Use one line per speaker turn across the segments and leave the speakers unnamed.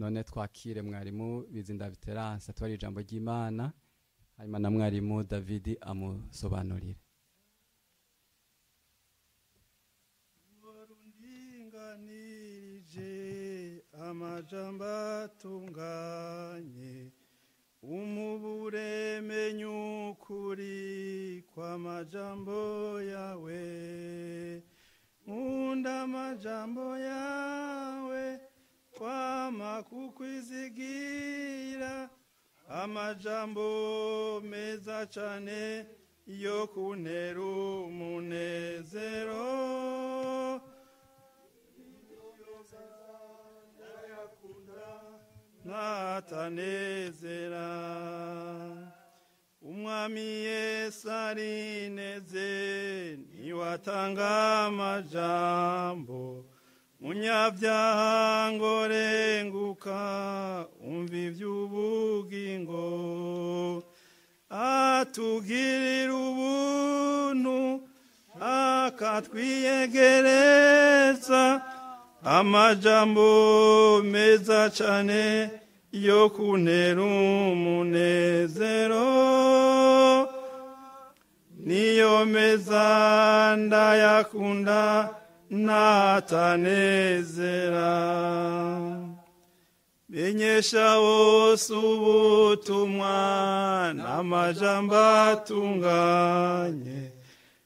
none twakire mwarimu bizinda biteranse atwara ijambo ry'imana hanyuma na mwarimu davidi amusobanurire
warundinganirije amajambo atunganye umuburemenya ukuri kw'amajambo yawe nkunda amajambo yawe kwama kukwizigira amajambo meza cyane yo kuntera umunezero ntatanezera umwami yesu arineze ntiwatanga amajambo munyabyaha ngo renguka umva iby'ubugingo atugirira ubuntu akatwiyegereza amajambo meza cyane yo kuntera umunezero niyo meza ndayakunda ntatanezera menyesha wose ubutumwa n'amajambo atunganye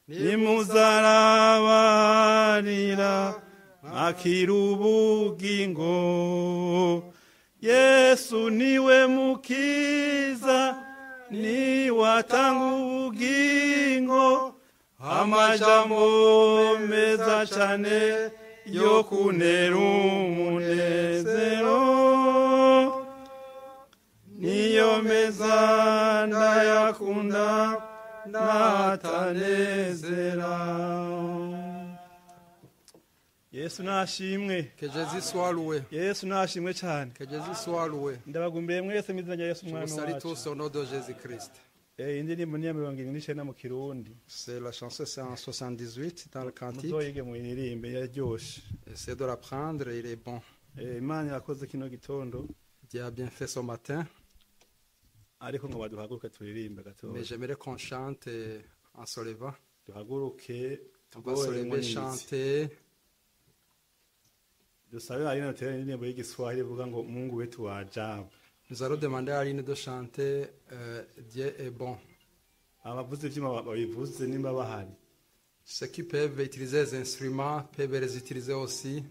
nimuzarabarira akira ubugingo yesu niwe mukiza niwatanga ubugingo amajambo meza cyane yo kuntera umunezero niyo meza ndayakunda ntatanezera yesu nashimwe
Que Jésus soit loué.
yesu nashimwe cyane
Que Jésus soit loué.
ndabagumbiye mwese mu izina rya yesu
Je
umwana
vous salue
wacu
tous au nom de Jésus-Christ.
Eh, indirimbo ni iya mirongo irindwi n'icyenda mu kirundi
C'est la chanson c'est en 78 dans le cantique.
muzoyige muyiririmbe yaryoshe
Essayez de la prendre, il est bon.
Eh, imana yakoze kino gitondo
Dieu a bien fait ce matin,
ariko ngo baduhaguruke turirimbe
mais
gatoya
j'aimerais qu'on chante euh, en se levant.
duhaguruke
On va se
tugoremo
lever,
n'imitsi.
chanter.
dusabe arino dutere indirimbo y'igiswahili ivuga ngo mungu wetu wajabu
Nous allons demander à Aline de chanter euh, Dieu est bon.
abavuza ibyuma ba- babivuze nimba bahari
Ceux qui peuvent utiliser les instruments peuvent les utiliser aussi.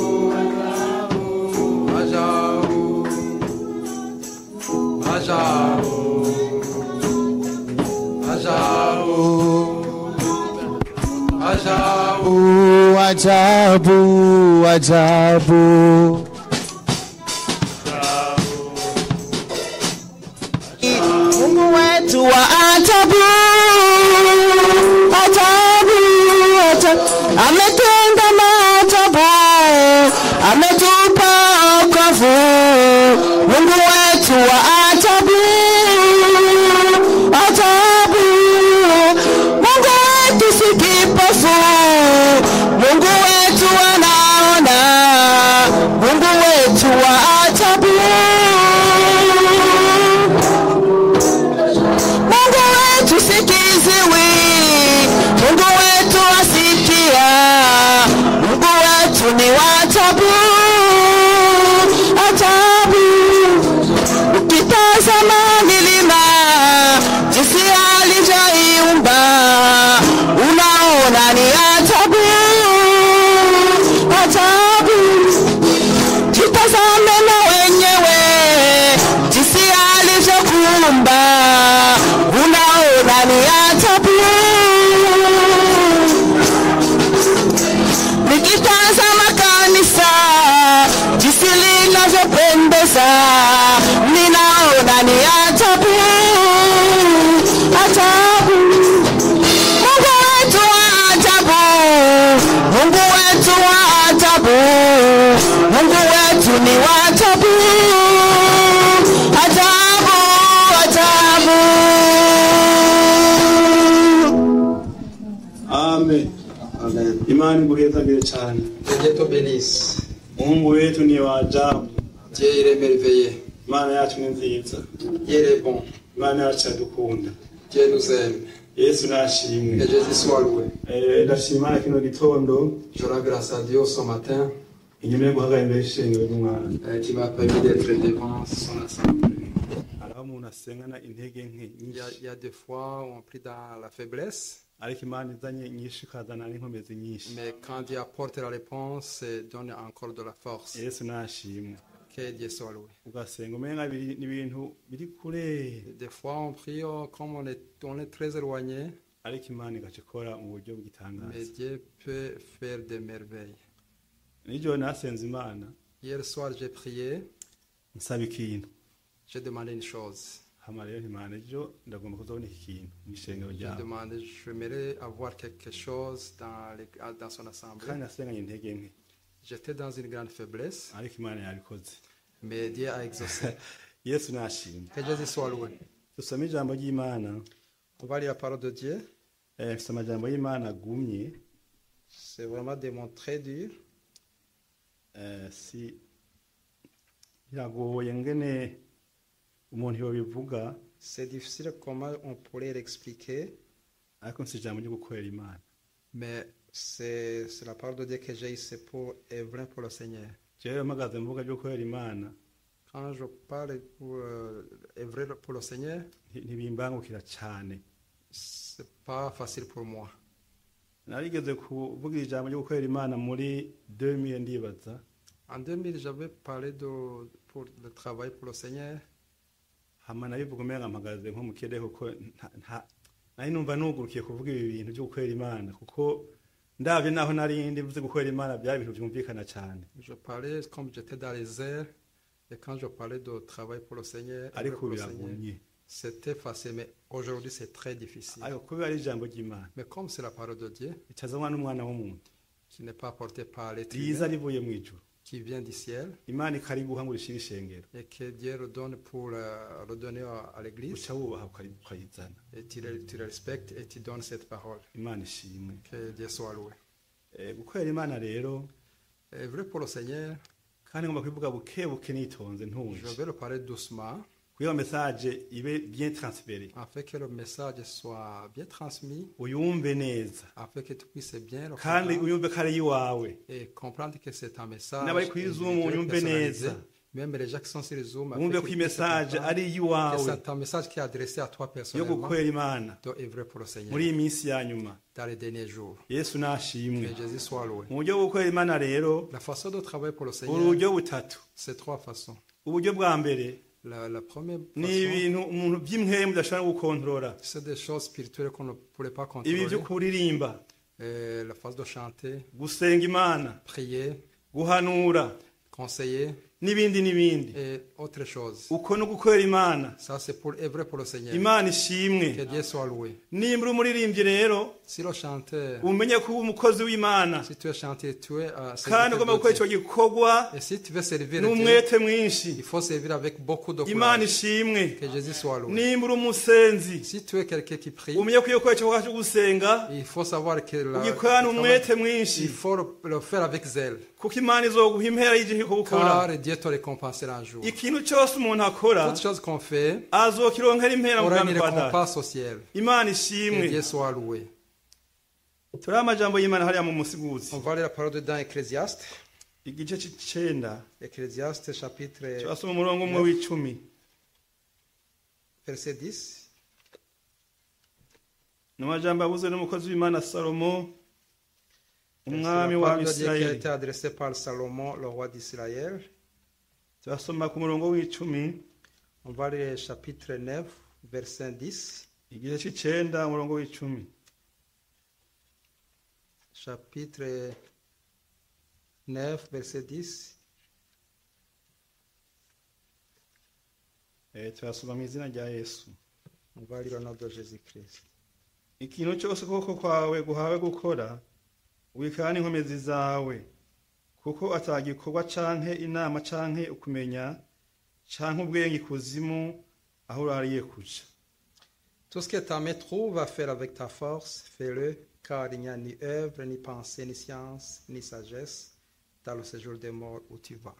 Ajabu, ajabu, ajabu, ajabu, ajabu.
ajabu ajabu Mungu wetu wa ajabu ajabu ajabu ametenda maajabu ametupa ukovu Mungu wetu wa ajabu ajabu Mungu wetu si kipofu Mungu wetu anaona Mungu wetu wa ajabu Mungu wetu si
Imani guheza mbere cyane
Que Dieu te bénisse.
umuhungu wetu ni wa ajabu
Dieu il est merveilleux.
imana yacu ni nziza
Il est bon.
imana yacu iradukunda
Dieu nous aime.
yesu
Que
nashimwe
Jésus soit loué.
Eh, ndashima kino gitondo
Je rends grâce à Dieu ce matin
inyuma yo guhagarara imbere y'ishengero ry'umwana
euh, qui m'a permis d'être devant son assemblée.
hari aho umuntu asengana intege nke
Il y, a, il
nyinshi
y a des fois où on prie dans la faiblesse,
ariko imana izanye nyinshi ikazana n'inkomezi nyinshi
mais quand Dieu apporte la réponse, euh, donne encore de la force.
yesu nashimwe
Que Dieu soit loué.
ugasenga umenga biri- ni ibintu biri kure
Des fois, on prie oh, comme on est, on est très éloigné,
ariko imana igaca ikora mu buryo
mais
bw'igitangaza
Dieu peut faire des merveilles.
nijoro nasenze imana
Hier soir, j'ai prié,
nsaba ikintu
j'ai demandé une chose.
hama rero ntimana ejo ndagomba kuzabona iki kintu mu ishengero
J'ai
ryawe
demandé, j'aimerais avoir quelque chose dans, les- dans son assemblée.
kandi nasenganye intege nke
J'étais dans une grande faiblesse,
ariko imana yabikoze
mais Dieu a exaucé.
yesu nashimwe
Que Jésus soit loué.
dusome ijambo ry'imana
On va lire la parole de Dieu.
Eh, mfite amajambo y'imana agumye
C'est vraiment des mots très durs.
Eh, si biragoye ngene umuntu yobivuga
C'est difficile comment on pourrait l'expliquer,
ariko si ijambo ryo gukorera imana
mais c'est c'est la parole de Dieu que j'ai ici pour est vraie pour le Seigneur.
rero mpagaze mvuga ryo gukorera imana
Quand je parle pour, euh, est vrai pour le Seigneur,
nti- ntibimbangukira cyane
c'est pas facile pour moi.
narigeze kuvuga ijambo ryo gukorera imana muri 2000 ndibaza
En 2000, j'avais parlé de, pour le travail pour le Seigneur.
hama nabivuga umenga mpagaze nko mu kirere kuko nta- nta- nari numva nugurukiye kuvuga ibi bintu byo gukorera imana kuko ndabye naho nari ndivuze gukorera imana byari ibintu byumvikana cyane
Je parlais comme j'étais dans les airs, et quand je parlais de travail pour le Seigneur, œuvre
ariko
pour le Seigneur,
biragumye
c'était facile, mais aujourd'hui c'est très difficile.
ariko kubera ari ijambo ry'imana
Mais comme c'est la parole de Dieu,
icazanwa n'umwana w'umuntu
qui n'est pas apportée par l'être
riza
humain,
rivuye mu ijuru
qui vient du ciel,
imana ikariguha ngo urishire ishengero
et que Dieu redonne pour euh, redonner à, à l'Église,
uca wubaha ukari- ukayizana
et tu, le- tu le respectes et tu donnes cette parole.
imana ishimwe
Que Dieu soit loué.
Eh, gukorera imana rero
Et vrai pour le Seigneur,
kandi ngomba kubivuga buke buke nitonze ntuje
je vais le parler doucement,
kugira ngo mesaje ibe bien transfere
afin que le message soit bien transmis,
uyumve neza
afin que tu puisses bien le
kandi
comprendre.
uyumve ko ari iwawe
et comprendre que c'est un message
N'abari kuri Zoom
individuel,
wumve
personnalisé.
neza.
même les gens qui ah sont sur Zoom
wumve
après
ko
qu'ils
iyi
puissent
mesaje
comprendre
ari
que
iwawe
c'est un message qui est adressé à toi
yo
personnellement
gukorera imana
donc est vrai pour le Seigneur
muri iyi minsi ya nyuma
dans les derniers jours
yesu
que
nashimwe
Jésus soit loué
mu buryo bwo gukorera imana rero
la façon de travailler pour le Seigneur
uburyo butatu
c'est trois façons
uburyo bwa mbere
la, la première
ni
façon
ibintu umuntu by'imwemu udashobora gukontorora
c'est des choses spirituelles qu'on ne pourrait pas
ibi byo
contrôler
kuririmba
Euh, la façon de chanter
gusenga imana
prier
guhanura
conseiller
n'ibindi n'ibindi
et autre chose
uko no gukorera imana
ça c'est pour est vrai pour le Seigneur
imana ishimwe
que Dieu soit loué
nimba uri umuririmbyi rero
si le chanteur
umenye ko uba umukozi w'imana
Si tu es chanté, tu es euh,
kandi
serviteur
ugomba
de
gukora
Dieu.
icyo gikorwa
Et si tu veux servir Dieu,
n'umwete mwinshi
il faut servir avec beaucoup de
imana
courage.
ishimwe
Que Jésus soit loué.
nimba uri umusenzi
Si tu es quelqu'un qui prie,
umenye ko iyo ukora igikorwa cyo gusenga
il faut savoir que la-
ugikorana umwete mwinshi
il faut le, le faire avec zèle.
kuko imana izoguha impera y'igihe uko ukora
Car Dieu te récompensera un jour.
ikintu cyose umuntu akora
Toute chose qu'on fait
azokironkera impera mu
aura
bwami
une
bwa data
récompense au ciel.
imana
Que
ishimwe
Dieu soit loué.
turi amajambo y'imana hariya mu musiguzi
On va lire la parole de dans Ecclésiaste.
igice cy'icenda
Ecclésiaste chapitre
turasoma umurongo umwe w'icumi
verset 10.
ni amajambo yabuze n'umukozi w'imana salomo
C'est la
umwami wa
parole de Dieu qui a
isirayeli
été adressée par Salomon, le roi d'Israël.
turasoma ku murongo w'icumi
On va lire chapitre 9, verset 10.
igice cy'icenda umurongo w'icumi
Chapitre 9, verset 10.
Eh, turasoma mu izina rya yesu
On va lire au nom de Jésus-Christ.
ikintu cyose ukuboko kwawe guhawe gukora wikana n'inkomezi zawe kuko atagikorwa canke inama canke ukumenya canke ubwenge ikuzimu aho urariye kuja
Tout ce que ta main trouve à faire avec ta force, fais-le, car il n'y a ni œuvre, ni pensée, ni science, ni sagesse dans le séjour des morts où tu vas.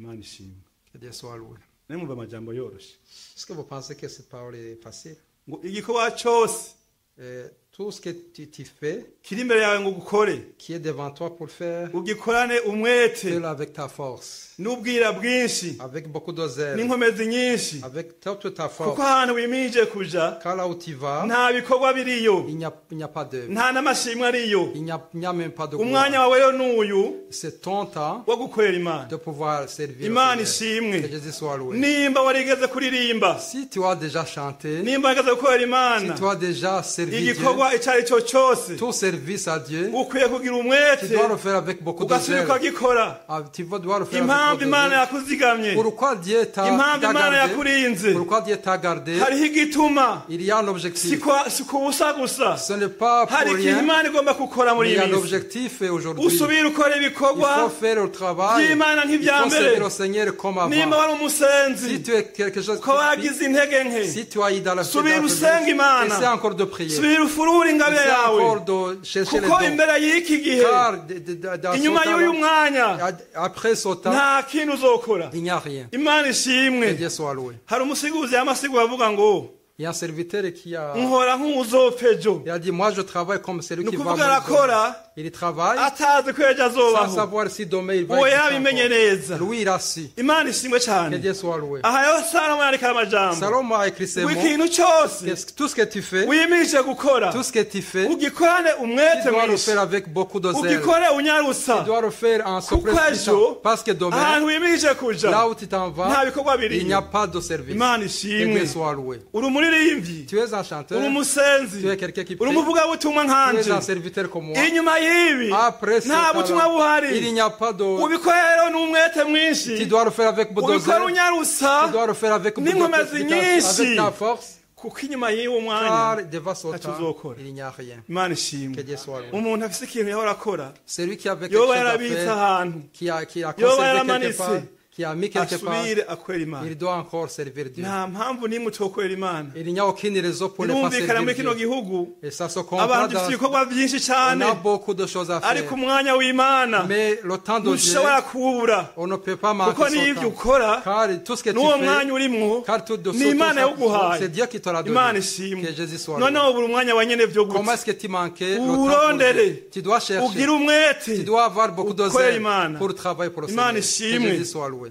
imana ishimwe
Que Dieu soit loué.
nawe mwumva amajambo yoroshye
Est-ce que vous pensez que cette parole est facile
ngo igikorwa cyose
Euh, Tout ce que tu, tu fais,
kiri imbere yawe ngo ugukore
qui est devant toi pour le faire,
ugikorane umwete
fais-le avec ta force,
n'ubwira bwinshi
avec beaucoup d'oseille,
n'inkomezi nyinshi
avec ta- toute ta
kuko
force.
ahantu wimirije kuja
Car là où tu vas,
nta bikorwa biriyo
il n'y a, il n'y a pas d'œuvre.
nta n'amashimwe ariyo
Il n'y a, il n'y a même pas de
umwanya
gloire.
wawe rero n'uyu
C'est ton temps
wo gukorera imana
de pouvoir servir. au
imana
Seigneur.
ishimwe
Que Jésus soit loué.
nimba warigeze kuririmba
Si tu as déjà chanté,
nimba warigeze gukorera
si
imana
tu as déjà servi Dieu,
igikorwa icyo ari cyo cyose
tout service à Dieu,
ukwiye kugira
tu
umwete
dois le faire avec beaucoup de
ugasubira
zèle.
ukagikora
Ah, Tu dois le faire
impamvu
avec beaucoup de
imana
zèle.
yakuzigamye
Pourquoi Dieu t'a
impamvu
t'a
imana
gardé
yakurinze
Pourquoi Dieu t'a gardé
hariho igituma
Il y a un
si
objectif.
kwa- si ku busa gusa
Ce n'est pas pour
hari ikintu
rien,
imana igomba gukora muri
mais il y
iyi
a un
minsi
objectif et aujourd'hui.
usubire ukora
Il faut
ibikorwa
faire le travail.
By'Imana
Il faut
ntibyambere.
servir au Seigneur comme
nimba
avant.
wari
Si
umusenzi
tu es quelque chose
ko waragize intege nke
si tu as dans la
Subir
dans la-
usenge Imana.
essaie encore de prier.
subira ufurure ingabire
Essaie
yawe
encore de chercher les
kuko
dons.
imbere y'iki gihe
Car de- de- de- dans
inyuma
son
y'uyu
temps,
mwanya
ad- après ce temps,
nta kintu uzokora
il n'y a rien.
imana
Que
ishimwe
Dieu soit loué.
hari umusiguzi y'amasigo avuga ngo
Il y a un serviteur qui a,
nkora nk'uwuzopejo
il a dit, moi je travaille comme celui
ni
qui va.
ukuvuga
au monde.
arakora
Il travaille
atazi ko ejo
sans
azobaho
savoir si demain il va.
uwo
exister
yarabimenye
encore.
neza
Lui il a su.
imana ishimwe
Que
cyane
Dieu soit loué.
aha rero salomo yandika amajambo
Salomon a écrit ces
buri
mots.
kintu cyose
Qu'est-ce que- Tout ce que tu fais,
wimirije gukora
tout ce que tu fais,
ugikorane umwete
tu dois le
mwinshi
faire avec beaucoup de zèle.
ugikore
Tu
unyarutsa
dois le faire en
kuko
surprise.
ejo
Parce que demain,
ahantu wimirije
là
kuja
où tu t'en
nta
vas,
bikorwa
il n'y a
biriyo
pas de service.
imana
Que Dieu
ishimwe
soit loué.
uri umuririmvyi
Tu es un chanteur,
uri umusenzi
tu es quelqu'un qui prie,
uri umuvugabutumwa
tu es
nkanje
un serviteur comme moi.
inyuma y'ibi
Après ce
nta butumwa
talent, il
buhari
n'y a pas de...
ubikore rero n'umwete
Tu
mwinshi
dois le faire avec
ubikore
bulldozer, tu
unyarutsa
dois le faire avec
Ni
beaucoup de-
nkomezi
avec ta-
nyinshi.
avec ta force.
kuko inyuma y'uwo mwanya
Car devant son
Ati
temps,
uzokora.
il n'y a rien.
imana
Que
ishimwe
Dieu soit loué.
umuntu afise ikintu yahora akora
Celui qui avait quelque chose
yoba
à
yarabitse
faire,
ahantu
qui a, qui a
Yo,
conservé
yaramanitse.
quelque part, qui a mis quelque part,
asubire akorera imana
il doit encore servir Dieu.
nta mpamvu n'imwe ucokorera imana
Il n'y a aucune raison pour ne pas
birumvikana muri kino
servir Dieu.
gihugu
Et ça se comprend
abantu dufite
dans...
ibikorwa byinshi
On
cyane
a beaucoup de choses à
ariko
faire.
umwanya w'imana
Mais le temps de Dieu,
ntushobora kuwubura
on ne peut pas
kuko
manquer
n'ibyo
son temps.
ukora
Car tout ce que
n'uwo
tu
mwanya
fais,
urimo
car tout de
ni
tout
imana
ça-
yawuguhaye
c'est Dieu qui te l'a
imana
donné.
ishimwe
Que Jésus soit loué.
noneho buri umwanya wenyine byo
Comment
gutya
est-ce que tu manquais le
Ou
temps pour
rondele.
Dieu Tu dois chercher.
ugira umwete
Tu dois avoir beaucoup de
Ukorere
zèle
Imana.
pour travailler pour le Seigneur.
Imana
Que
ishimwe.
Jésus soit loué.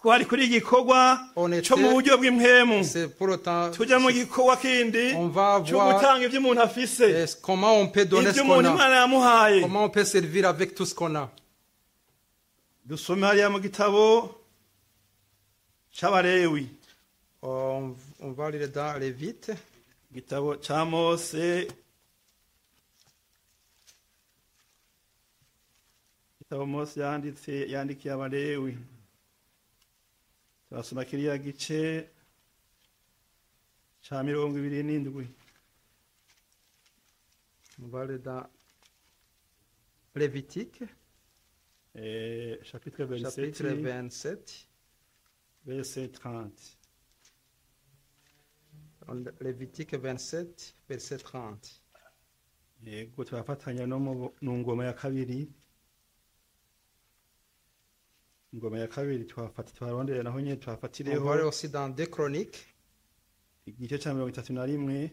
twari kuri iki gikorwa
Honnête.
cyo mu buryo bw'impemu
C'est pour le temps.
tujya mu gikorwa kindi
On va
cyo
voir-
gutanga ibyo umuntu afise
Et Comment on peut donner ce
ibyo
qu'on
umuntu
a
imana yamuhaye
Comment on peut servir avec tout ce qu'on a
dusome hariya mu gitabo cy'abarewi
On, on va aller dans les vite.
igitabo cya mose igitabo mose yanditse yandikiye abalewi turasoma kiriya gice cya mirongo ibiri n'indwi
On va aller dans Lévitique,
eh, chapitre
chapitre
27
27.
verset 30
On- Lévitique 27, verset 30.
yego turafatanya no mu mu ngoma ya kabiri ingoma ya kabiri tuhafata tuharondera naho nyine
On va aller
tuhafatiriyeho
aussi dans 2 Chroniques,
igice cya mirongo itatu na rimwe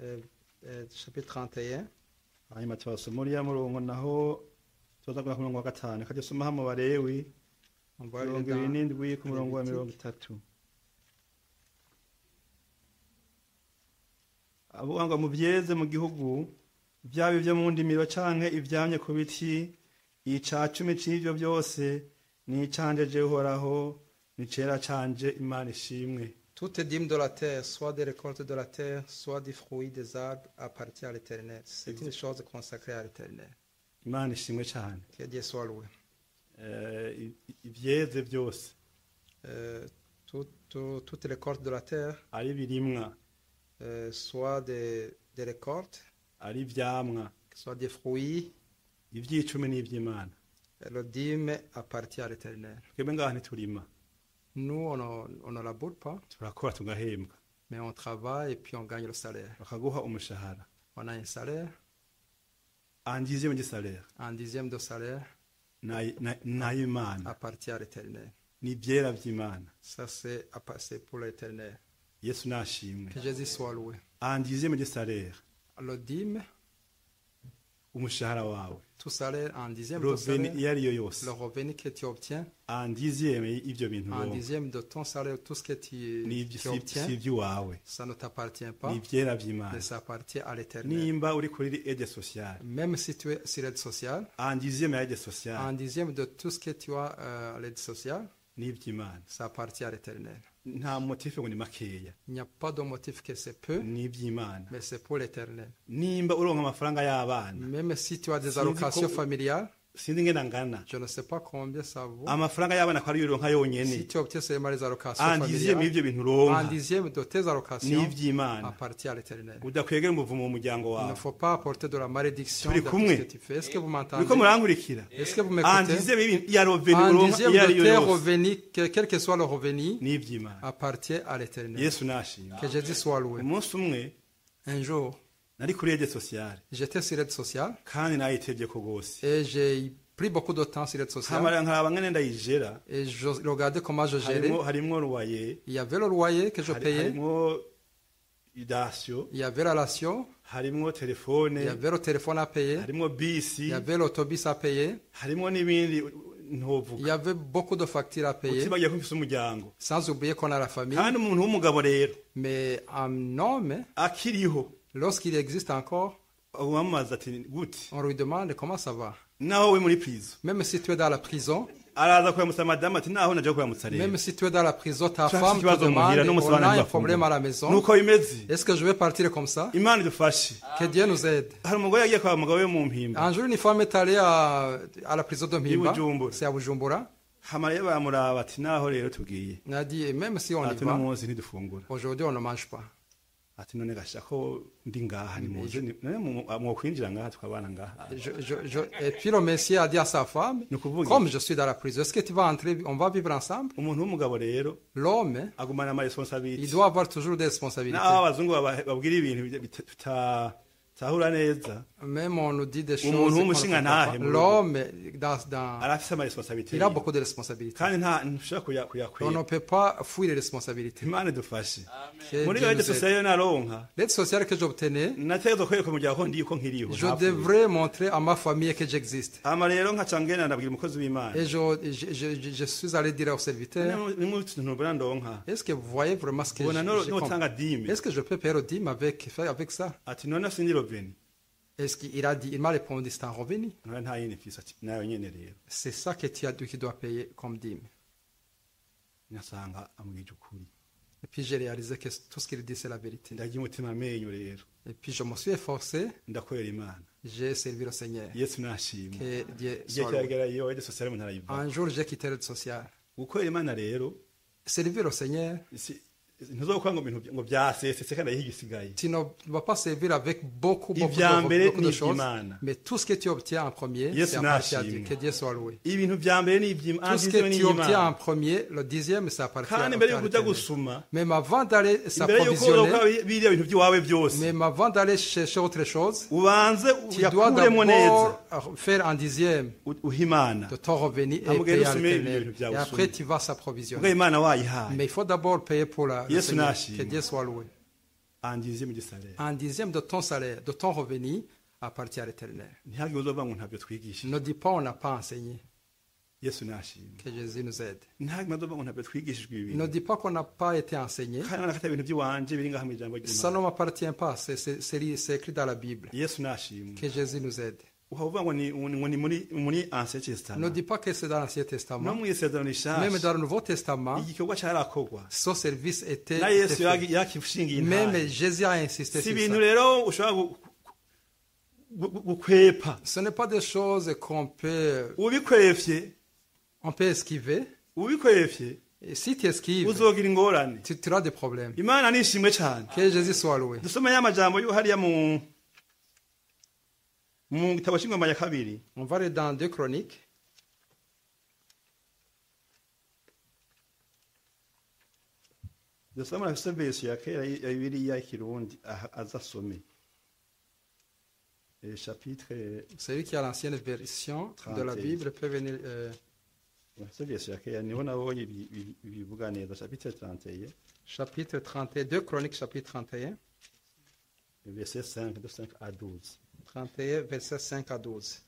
euh, euh, chapitre 31.
hanyuma turasoma uriya murongo naho tuza kuja ku murongo wa gatanu kajya usoma hano barewi
On va aller
mirongo ibiri
dans
n'indwi ku murongo wa mirongo itatu avuga ngo mubyeze mu gihugu byaba ibyo mu ndimiro canke ivyamye ku biti ica cumi c'ivyo byose nicanjeje uhoraho ni cera canje imana ishimwe
Toutes les dîmes de la terre, soit des récoltes de la terre, soit des fruits des arbres, appartient à l'Éternel. C'est une chose consacrée à l'Éternel.
imana ishimwe cane
Que Dieu soit loué.
Eh, i- i- ivyeze vyose
Euh, tout- tout- toutes les récoltes de la terre,
ari birimwa
euh, soit des, des récoltes,
ari ivyamwa
soit des fruits,
ivy'icumi n'ivy'imana
le dîme appartient à l'Éternel.
twebwe ngaha ntiturima
Nous, on ne- on ne laboure pas,
turakora tugahembwa
mais on travaille et puis on gagne le salaire.
bakaguha umushahara
On a un salaire,
angize mu gisabera
un dixième de salaire
n'ay'imana
appartient à l'éternel.
ni ibyera by'imana
Ça, c'est à passer pour l'éternel.
yesu nashimwe
Que Jésus soit loué.
angize mu gisabera
Le dîme,
umushahara wawe
tout salaire en dixième de
roveni
salaire,
iyo ariyo yose
le revenu que tu obtiens,
angize ibyo bintu
en
wowe
dixième de ton salaire, tout ce que tu,
ni
tu obtiens,
ibyo iwawe
ça ne t'appartient pas,
ni ibyera
mais
by'imana
ça appartient à l'éternel.
nimba uri kuri ede sosiyale
Même si tu es sur l'aide sociale,
angize mu ede
un
sosiyale
dixième de tout ce que tu as euh, à l'aide sociale,
ni iby'imana
ça appartient à l'éternel.
nta motifu ngo ni makeya
Il n'y a pas de motif que c'est peu,
ni iby'imana
mais c'est pour l'éternel.
nimba uronka amafaranga y'abana
Même si tu as des
Sinzi
allocations
ko-
familiales,
sinzi ingena ngana
je ne sais pas combien ça vaut.
amafaranga y'abana ko ariyo uronka yonyene
Si tu obtiens seulement les allocations
angize mu
familiales,
ibyo bintu
un
uronka
dixième de tes allocations
n'iby'imana
appartient à l'éternel.
udakwegera umuvumo mu muryango
Il ne
wawe
faut pas apporter de la malédiction
Turi
dans tout
kumwe.
ce que tu fais. Est-ce que vous
niko
m'entendez
murankurikira
Est-ce que vous
Ah,
m'écoutez
ndize bibi- iya roveni
Un
uronka
dixième
iyo ari
de
yo
tes
yose
revenus, que- quel que soit le revenu, Ah,
n'iby'imana
appartient à l'éternel.
yesu nashimye
Que Jésus soit loué.
umunsi umwe
Un jour,
nari kuri ede sosiyale
j'étais sur l'aide sociale
kandi nayitebye ko rwose
et j'ai pris beaucoup de temps sur l'aide sociale
nkamara nkaraba ngene ndayijera
et je regardais comment je gérais.
harimo harimo ruwaye
Il y avait le loyer que je
hari-
payais,
harimo idasiyo
il y avait la ration,
harimo telefone
il y avait le téléphone à payer,
harimo
il
bisi
y avait l'autobus à payer,
harimo n'ibindi
il
ntuvuga
y avait beaucoup de factures à payer,
utibagiye ko mfise umuryango
sans oublier qu'on a la famille.
kandi umuntu w'umugabo rero
Mais un homme,
akiriho
lorsqu'il existe encore,
wamamaza ati gute
on lui demande comment ça va.
naho we muri pizo
Même si tu es dans la prison,
araza kuramutsa madamu ati naho najya kuramutsa rero
même si tu es dans la prison, ta
Turafite
femme te
ikibazo muhira
demande on a
n'umusobanuro
un problème à la maison.
nuko bimeze
Est-ce que je vais partir comme ça
imana idufashe
Que Dieu nous aide.
hari umugore yagiye kwa mugabo we mu mpimba
Un jour, une femme est allée à, à la prison de Mimba,
Bujumbura.
c'est à Bujumbura.
hamara bamuraba ati naho rero tubwiye
Elle a dit, et même si on y
ati
va,
uno munsi ntidufungura
aujourd'hui, on ne mange pas.
ati none gasha ko ndi ngaha nimuze ni- none mu- mwokwinjira ngaha tukabana ngaha
Je- je- je- Et puis le Messie a dit à sa femme,
Nous pouvons-
comme je suis dans la prison, est-ce que tu vas entrer, on va vivre ensemble
umuntu w'umugabo rero
L'homme,
agumana
il
amaresponsabilite
doit avoir toujours des responsabilités.
naho abazungu baba- babwira ibintu bita- bita- bitahura neza
Même on nous dit des choses.
Umuntu
qu'on ne
w'umushinga
comprend pas.
ntahe mu rugo.
L'homme, dans, dans,
arafise amaresponsabilite
il a beaucoup de responsabilités.
kandi nta ntushobora kuya-
On ne
kuyakwira
peut pas fuir les responsabilités.
imana idufashe
Que
muri
Dieu
radiyo
nous aide.
sosiyo naronka
L'aide sociale que j'obtenais,
nategerezwa kwereka umuryango ko ndiye uko nkiriho
je
ntapfuye.
devrais montrer à ma famille que j'existe.
hama rero nkaca ngenda ndabwira umukozi
Et
w'imana
je, je, je, je suis allé dire au serviteur,
nimutubona ndonka
est-ce que vous voyez vraiment ce que
ubona no-
je, je
notanga
comprends
dime
Est-ce que je peux payer le dîme avec, faire avec ça
ati none sindi roveni
Est-ce qu'il a dit, il m'a répondu, c'est un revenu.
none nta yindi mfise ati nayo nyene rero
C'est ça que tu as, tu dois payer comme dîme.
nasanga amubwije ukuri
Et puis j'ai réalisé que tout ce qu'il dit, c'est la vérité.
ndagira umutima amenyo rero
Et puis je me suis efforcé,
ndakorera imana
j'ai servi le Seigneur.
yesu nashimwe
Que Dieu
igihe
soit loué.
kiragera iyo wede sosiyale mu ntara yiva
Un jour, j'ai quitté l'aide sociale.
gukorera imana rero
Servir le Seigneur,
si- ntuzokora ngo ibintu bya- ngo byasesetse kandi hariho igisigaye
tu ne vas pas servir avec beaucoup, beaucoup,
vient
de,
mêler
beaucoup de
ni
choses,
Imana.
mais tout ce que tu obtiens en premier,
Yes,
c'est à partir à
Nashim.
Dieu. Que Dieu soit loué.
ibintu bya mbere ni iby'imana
Tout ce que tu obtiens en premier, le dixième, c'est à partir à
kandi mbere yuko ujya
Dieu.
gusuma
Même avant d'aller
imbere yuko
s'approvisionner,
ukora biriya bintu by'iwawe byose
même avant d'aller chercher autre chose,
ubanze
tu dois
uyakuremo neza
d'abord faire un dixième
U- uha imana
de ton revenu et
Ah, mon gars,
payer à
nous sommes les-
l'éternel.
les- les-
Et après, tu vas
ubwo
s'approvisionner.
imana wayihaye
Mais il faut d'abord payer pour la, le
Yes,
Seigneur.
Nashim.
Que Dieu soit loué.
angize mu gisare
Un dixième de ton salaire, de ton revenu, appartient à l'éternel.
ntihagire uzovuga ngo ntabyo twigishije
Ne dis pas, on n'a pas enseigné.
yesu nashimwe
Que Jésus nous aide.
ntihagire uzovuga ngo ntabyo twigishijwe ibi
Ne dis pas qu'on n'a pas été enseigné.
kandi nakata ibintu by'iwanje biri ngaha mu ijambo
Ça
ry'imana
ne m'appartient pas. C'est- C'est c'est- c'est écrit dans la Bible.
yesu nashimwe
Que Jésus nous aide.
uhavuga ngo ni ngo ni muri muri ancien
Ne
testament
dis pas que c'est dans l'Ancien
no
Testament.
mu isezerano
Même
rishasha
dans le Nouveau Testament,
igikorwa cyarakorwa
son service était.
na
était
yesu
fait.
yagi- yakishingiye
Même
intare
Jésus a insisté
si
sur
ibintu
ça.
rero ushobora gu- gu- gu- gukwepa
Ce n'est pas des choses qu'on peut,
ubikwefye
on peut esquiver.
ubikwefye
Et si tu esquives,
uzogira ingorane
tu, tu auras des problèmes.
imana nishimwe cyane
Que Jésus soit loué.
dusome ya majambo y'uhariya mu mu gitabo cy'ingoma ya kabiri
On va aller dans deux chroniques.
dusoma afise verisiyo ya kera ya bibiriya y'ikirundi aha- aza asome Eh, chapitre
Celui qui a l'ancienne version de la
31.
Bible peut venir euh,
afise verisiyo ya kera niho nabonye ibi- ibi- ibivuga neza chapitre tranteye
chapitre 31, 2 Chroniques chapitre 31,
verset 5 de 5 à 12
31 verset 5 à 12.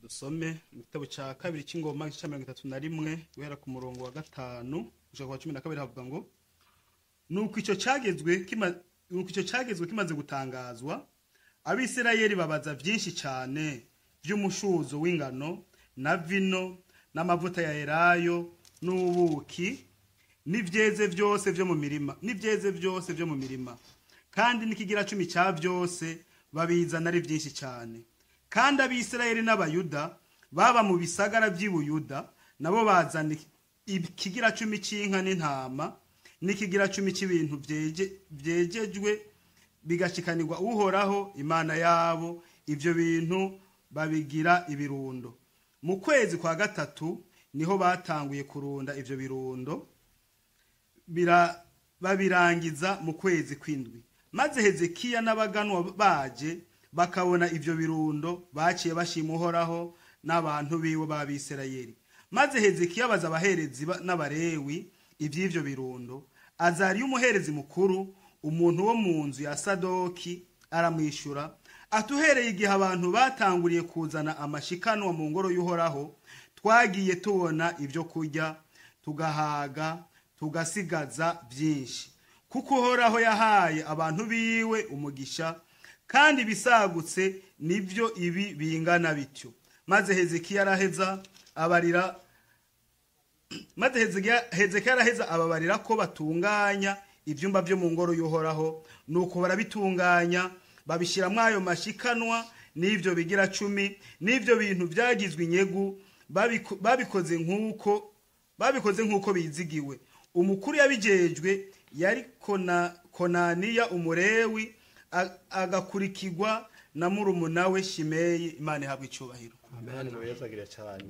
dusome mu gitabo cya kabiri cy'ingoma igice cya mirongo itatu na rimwe guhera ku murongo wa gatanu gushaka ku wa cumi na kabiri havuga ngo nuko icyo cyagezwe kima- nuko icyo cyagezwe kimaze gutangazwa abisirayeli babaza byinshi cyane by'umushuzo w'ingano na vino n'amavuta ya elayo n'ubuki n'ibyeze byose byo mu mirima n'ibyeze byose byo mu mirima kandi n'ikigira cumi cya byose babizana ari byinshi cyane kandi abisirayeli n'abayuda baba mu bisagara by'i buyuda nabo bazana ikigira cumi cy'inka n'intama n'ikigira cumi cy'ibintu byege- byegejwe bigashikanirwa uhoraho imana yabo ibyo bintu babigira ibirundo mu kwezi kwa gatatu niho batanguye kurunda ibyo birundo bira- babirangiza mu kwezi kw'indwi maze hezekiya n'abaganwa baje bakabona ibyo birundo baciye bashima uhoraho n'abantu biwe b'abisirayeli maze hezekiya abaza abaherezi ba- n'abarewi iby'ibyo birundo azariya umuherezi mukuru umuntu wo mu nzu ya sadoki aramwishyura atuhereye igihe abantu batanguriye kuzana amashikanwa mu ngoro y'uhoraho twagiye tubona ibyo kurya tugahaga tugasigaza byinshi kuko uhoraho yahaye abantu biwe umugisha kandi bisagutse nibyo ibi bingana bityo maze hezekiya araheza abarira maze Hezekiya- hezekiya araheza ababarira ko batunganya ibyumba byo mu ngoro y'uhoraho nuko barabitunganya babishyiramo ayo mashikanwa n'ibyo bigira cumi n'ibyo bintu byagizwe inyegu babiko- babikoze nk'uko babikoze nk'uko bizigiwe umukuru yabijejwe yari Kona- konaniya umurewi a- agakurikirwa na murumuna we shimeyi imana ihabwa icyubahiro
amen wezagire cyane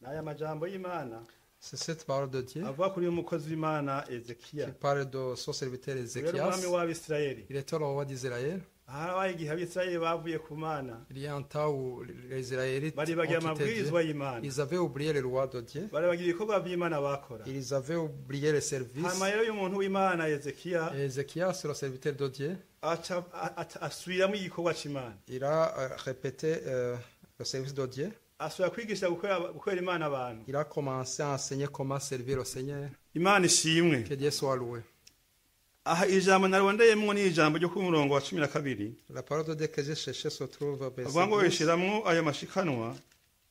ni aya majambo y'imana
C'est cette parole de Dieu
avuga kuri uyu mukozi w'imana
qui
ezekiya
parle de son serviteur
rero
Ézéchias.
umwami w'abisirayeli
Il était le roi d'Israël.
harabaye igihe abisirayeli bavuye ku mana
Il y a un temps où les Israélites ont
baribagiye
quitté Dieu.
amabwirizwa y'imana
Ils avaient oublié les lois de Dieu.
baribagiye ibikorwa by'imana bakora
Ils avaient oublié les services.
hanyuma rero y'umuntu w'imana ezekiya
Et Ézéchias, le serviteur de Dieu,
aca- a- a- asubiramo igikorwa cy'imana
il a euh, répété euh, le service de Dieu.
asubira kwigisha gukorera- gukorera imana abantu
Il a commencé à enseigner comment servir le Seigneur.
imana ishimwe
Que Dieu soit loué.
aha ijambo narondeyemo ni ijambo ryo ku murongo wa cumi na kabiri
La parole de Dieu que j'ai cherchée se trouve au verset
bavuga ngo
12.
ishyiramo ayo mashikanwa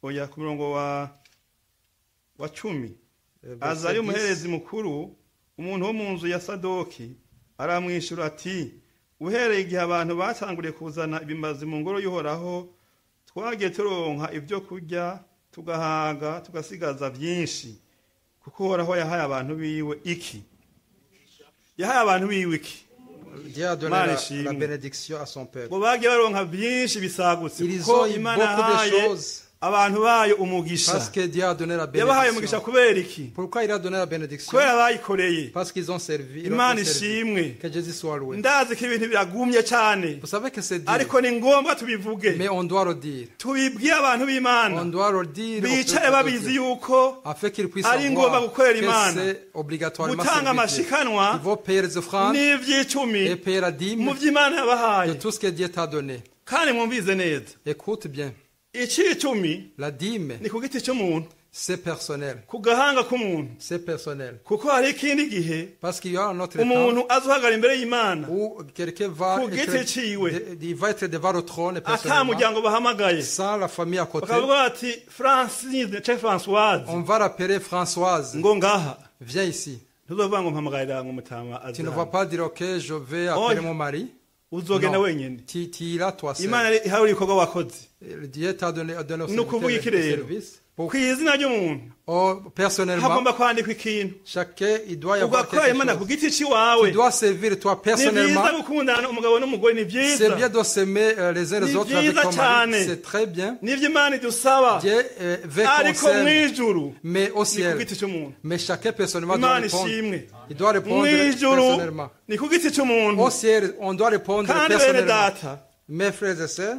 oya ku murongo wa wa cumi
Euh, verset
aza ari
10.
umuherezi mukuru umuntu wo mu nzu ya sadoki aramwishyura ati uhereye igihe abantu batanguriye kuzana ibimazi mu ngoro y'uhoraho twagiye turonka ibyo kurya tugahaga tugasigaza byinshi kuko uhoraho yahaye abantu biwe iki yahaye abantu biwe iki
Dieu a donné
Imana
la,
ishimwe.
la bénédiction à son peuple.
ngo bagiye baronka byinshi bisagutse
Iri
kuko
zo i
imana
beaucoup de
yahaye
choses.
abantu bayo umugisha
Parce que Dieu a donné la
yabahaye umugisha
bénédiction.
kubera iki
Pourquoi il a donné la bénédiction
kubera bayikoreye
Parce qu'ils ont servi. ils ont
imana
tout servi.
ishimwe
Que Jésus soit loué.
ndazi ko ibintu biragumye cyane
Vous savez que c'est Dieu.
ariko ni ngombwa tubivuge
Mais on doit le dire.
tubibwire abantu b'imana
On doit le dire. au
bicaye
peuple de
babizi
Dieu.
yuko
afin qu'ils puissent
Ari ngombwa
savoir
gukorera
que
Imana.
c'est obligatoirement
gutanga
servir Dieu.
amashikanwa
Ils vont payer les offrandes
n'iby'icumi
et payer la
mu
dîme
by'imana
de
yabahaye
tout ce que Dieu t'a donné.
kandi mwumvize neza
Écoute bien,
icy'icumi
la dîme,
ni ku giti cy'umuntu
c'est personnel.
ku gahanga k'umuntu
C'est personnel.
kuko hari ikindi gihe
Parce qu'il y aura un autre
umuntu
temps
azohagarara imbere y'imana
où quelqu'un va,
Ku giti ciwe.
être, de- il va être devant le trône
ata
personnellement,
muryango bahamagaye
sans la famille à côté.
bakavuga bati francine ce françoise
On va rappeler Françoise,
ngo ngaha
viens ici.
ntuzovuga ngo mpamagarira ngo mutama
Tu ne vas
azaza
pas dire, ok, je vais appeler
Oh,
mon mari.
uzogenda
Non.
wenyene
Tu tu iras toi seul.
imana ihabura ibikorwa wakoze
Dieu t'a donné, donné au
ni ukuvuga
serviteur le
iki rero
service.
ku izina ry'umuntu
Or, personnellement,
hagomba kwandikwa ikintu
chacun, il doit y avoir
ugakorera
quelque
imana ku
chose.
giti cy'iwawe
Tu dois servir toi
ni byiza
personnellement.
gukundana umugabo n'umugore ni
C'est bien
byiza
de s'aimer euh, les uns les
Ni
autres avec
byiza
ton mari.
cyane.
C'est très bien.
nibyo imana idusaba
Dieu euh, veut qu'on
ariko mu
s'aime,
ijuru
mais au
ni ku
ciel.
giti cy'umuntu
Mais chacun personnellement doit
imana
répondre.
ishimwe
Il doit
mu
répondre
ijuru
personnellement.
ni ku giti cy'umuntu
Au ciel, on doit répondre
kandi bene
personnellement.
data
Mes frères et sœurs,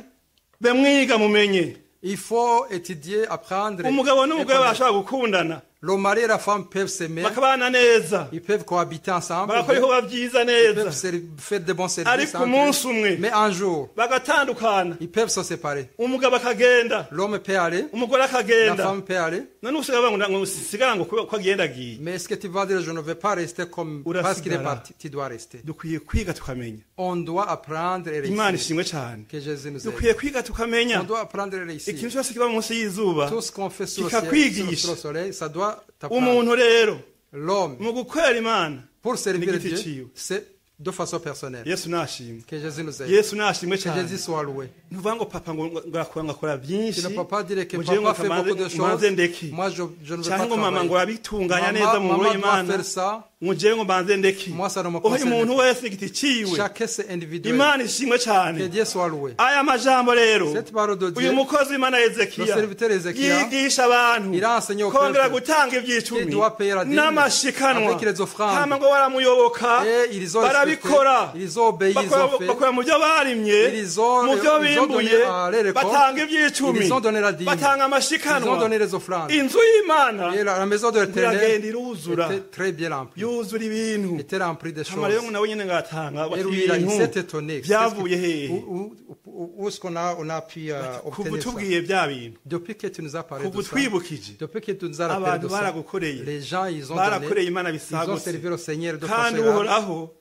be mwiga mumenye
il faut étudier, apprendre.
umugabo
et
n'umugore
connaître.
bashobora gukundana
Le mari et la femme peuvent s'aimer,
bakabana neza
ils peuvent cohabiter ensemble,
bagakora
ils
ibikorwa byiza
peuvent
neza
ser- faire de bons services.
ariko
entre
umunsi
eux.
umwe
Mais un jour,
bagatandukana
ils peuvent se séparer.
umugabo akagenda
L'homme peut aller,
umugore
la
akagenda
femme peut aller.
none usigaye bavuga ngo sigara ngo ko agenda agiye
Mais est-ce que tu vas dire je ne veux pas rester comme
Ou la
parce qu'il est
cigara.
parti Tu dois rester.
dukwiye kwiga tukamenya
On doit apprendre et
imana
réussir.
ishimwe cyane
Que Jésus nous aide.
dukwiye kwiga tukamenya
On doit apprendre et
ikintu
réussir.
cyose kiba munsi y'izuba
Tout ce qu'on fait sur le, ciel, sur le-
kikakwigisha
sur le soleil, ça doit t'apprendre.
umuntu rero
L'homme,
mu gukorera imana
pour servir
N'igiti
Dieu,
ciwe.
c'est de façon personnelle.
yesu nashimwe
Que Jésus nous aide.
yesu nashimwe
Que
cyane
Jésus soit loué.
ntuvuga ngo papa ngo ngo akora ngo akora byinshi
Tu ne peux pas dire que
Mu gihe ngo
papa fait
kamanze-
beaucoup de
manze
choses.
ndeke
Moi, je, je ne veux
cyangwa
pas
ngo mama ngo
travailler.
abitunganya
Maman-
neza mu ngoro
maman doit
y'imana
faire ça.
ngo ngewe ngo mbanze ndeke
Moi, ça ne me
oho
concerne
umuntu
pas.
wese igiti ciwe
Chacun c'est individuel.
imana ishimwe
Que
cyane
Dieu soit loué.
aya majambo rero
Cette parole de Dieu,
uyu mukozi w'imana
Le
hezekiya
serviteur Hezekiya,
yigisha abantu
il a enseigné au
kongera
peuple
gutanga
qu'il
ibyicumi
doit payer la dîme
n'amashikanwa
avec les offrandes.
hama ngo baramuyoboka
Et ils ont
barabikora
respecté, ils ont obéi, ils
bakora
ont fait.
bakora mu byo barimye
Ils ont-
mu byo
ils ont
bimbuye
donné à les récoltes.
batanga ibyicumi
Ils ont donné la dîme.
batanga
Ils ont
amashikanwa
donné les offrandes.
inzu y'imana
Et la, la maison de
iragenda
l'éternel
iruzura
était très bien remplie.
yuzura ibintu
était remplie de
hama rero
choses.
ngo nawe nyine ngatanga
Et
bati
lui, il a- il s'est
ibintu
étonné.
byavuye
Qu'est-ce que-
hehe
Où, où- où- où est-ce qu'on a, on a pu euh,
kuva
obtenir ça
utubwiye bya bintu
Depuis que tu nous as parlé
kuva
de ça,
utwibukije
depuis que tu nous as rappelé
abantu
de ça,
baragukoreye
les gens, ils ont
barakoreye
donné,
imana
ils ont
bisagutse
servi au Seigneur de façon
kandi
générale.
uhoraho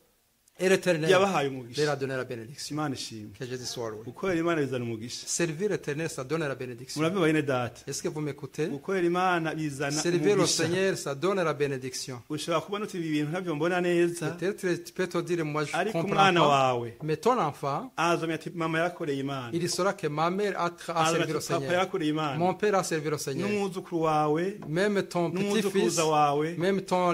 Et l'éternel
yabahaye umugisha.
leur a donné la bénédiction.
imana ishimwe
Que Jésus soit loué.
gukorera imana bizana umugisha
Servir l'éternel, ça donne la bénédiction.
murabiba bene data
Est-ce que vous m'écoutez
gukorera imana bizana
Servir le
umugisha
Seigneur, ça donne la bénédiction.
ushobora kubona uti ibi bintu ntabyo mbona neza
Peut-être tu peux te dire, moi je
ariko
comprends
umwana
pas.
wawe
Mais ton enfant,
azomya ati mama yarakoreye imana
il saura que ma mère a, tra- a
azomya
servi
ati
le
papa
Seigneur.
yarakoreye
Mon
imana
père a servi le Seigneur.
n'umwuzukuru wawe
Même ton petit-fils,
n'umwuzukuruza wawe
même
gukorera
ton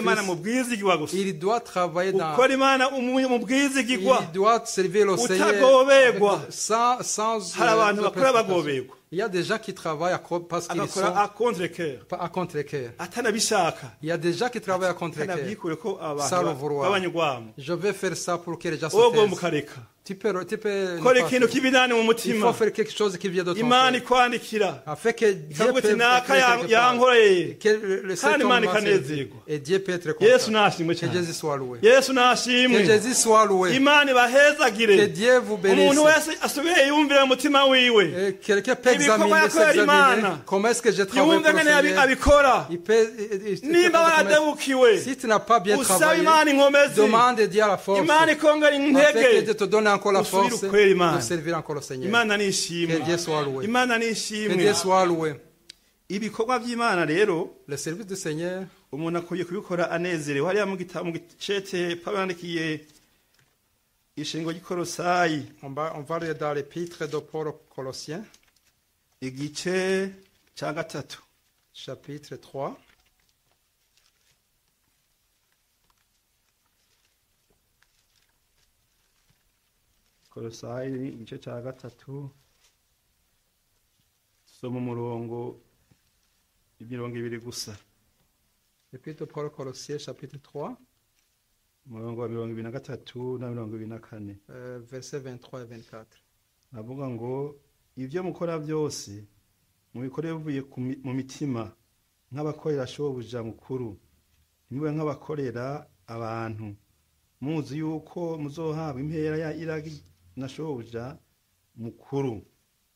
imana mu
arrière-petit-fils,
bwizigwa gusa
il doit travailler dans...
ukora imana umu- mu bwizigirwa
Il doit servir le Seigneur
Utagobegwa.
avec- sans, sans
hari abantu
euh,
bakora
préoccupation.
bagobegwa
Il y a des gens qui travaillent à co- parce qu'ils sont
agakora a contre cœur
pas à contre-cœur.
atanabishaka
Il y a des gens qui travaillent à contre-cœur.
atanabyikureko ko
Salo
abantu
Vurwa.
babanyurwamo
Je vais faire ça pour que les gens se
wowe ugomba
taisent.
ukareka
Tu peux, tu peux ne
kora
pas
ikintu
faire.
k'ibinani mu
Il
mutima
faut faire quelque chose qui vient de ton
imana
cœur.
ikwandikira
Afin que Dieu
ikavuga iti
peut
naka
quelque part.
yankoreye
Que le- le- cet
Kandi
homme
Imana
va servir.
ikanezerwa.
Et Dieu peut être
yesu
content.
nashimwe
Que Jésus
cyane
soit loué.
yesu
Que
nashimwe
Jésus soit loué.
imana
Que
ibahezagire
Dieu vous bénisse.
umuntu wese asubire yumvire mu mutima wiwe
Et Quelqu'un peut
Ibikorwa
examiner,
yakorera
s'examiner.
Imana.
Comment est-ce que j'ai travaillé
yumve
pour le
ngene abi-
Seigneur
abikora
Il peut- il- il- il
nimba
peut reconnaître.
waradebukiwe
Si tu n'as pas bien
usaba
travaillé,
imana inkomezi
demande Dieu la force.
imana ikongera
Afin
intege
que Dieu te donne encore la
Usubire
force
ukwera Imana.
de servir encore le Seigneur.
imana ni
Que
ishimwe
Dieu soit loué.
imana ni
Que
ishimwe
Dieu soit loué.
ibikorwa by'imana rero
Le service du Seigneur,
umuntu akwiye kubikora anezerewe hariya mu gitabo mu gicete pawulo yandikiye ishingo ry'ikorosayi
on va, on va lire dans l'épître de Paul aux Colossiens,
igice cya gatatu
chapitre 3.
korosayi ni igice cya gatatu soma umurongo imirongo ibiri gusa
L'épître de Paul aux Colossiens, chapitre 3,
umurongo wa mirongo ibiri na gatatu na mirongo ibiri na kane
euh, versets 23 et 24.
navuga ngo ibyo mukora byose mubikore bivuye ku mi- mu mitima nk'abakorera shobuja mukuru ntibibe nk'abakorera abantu muzi yuko muzohabwa impera ya iragi na shobuja mukuru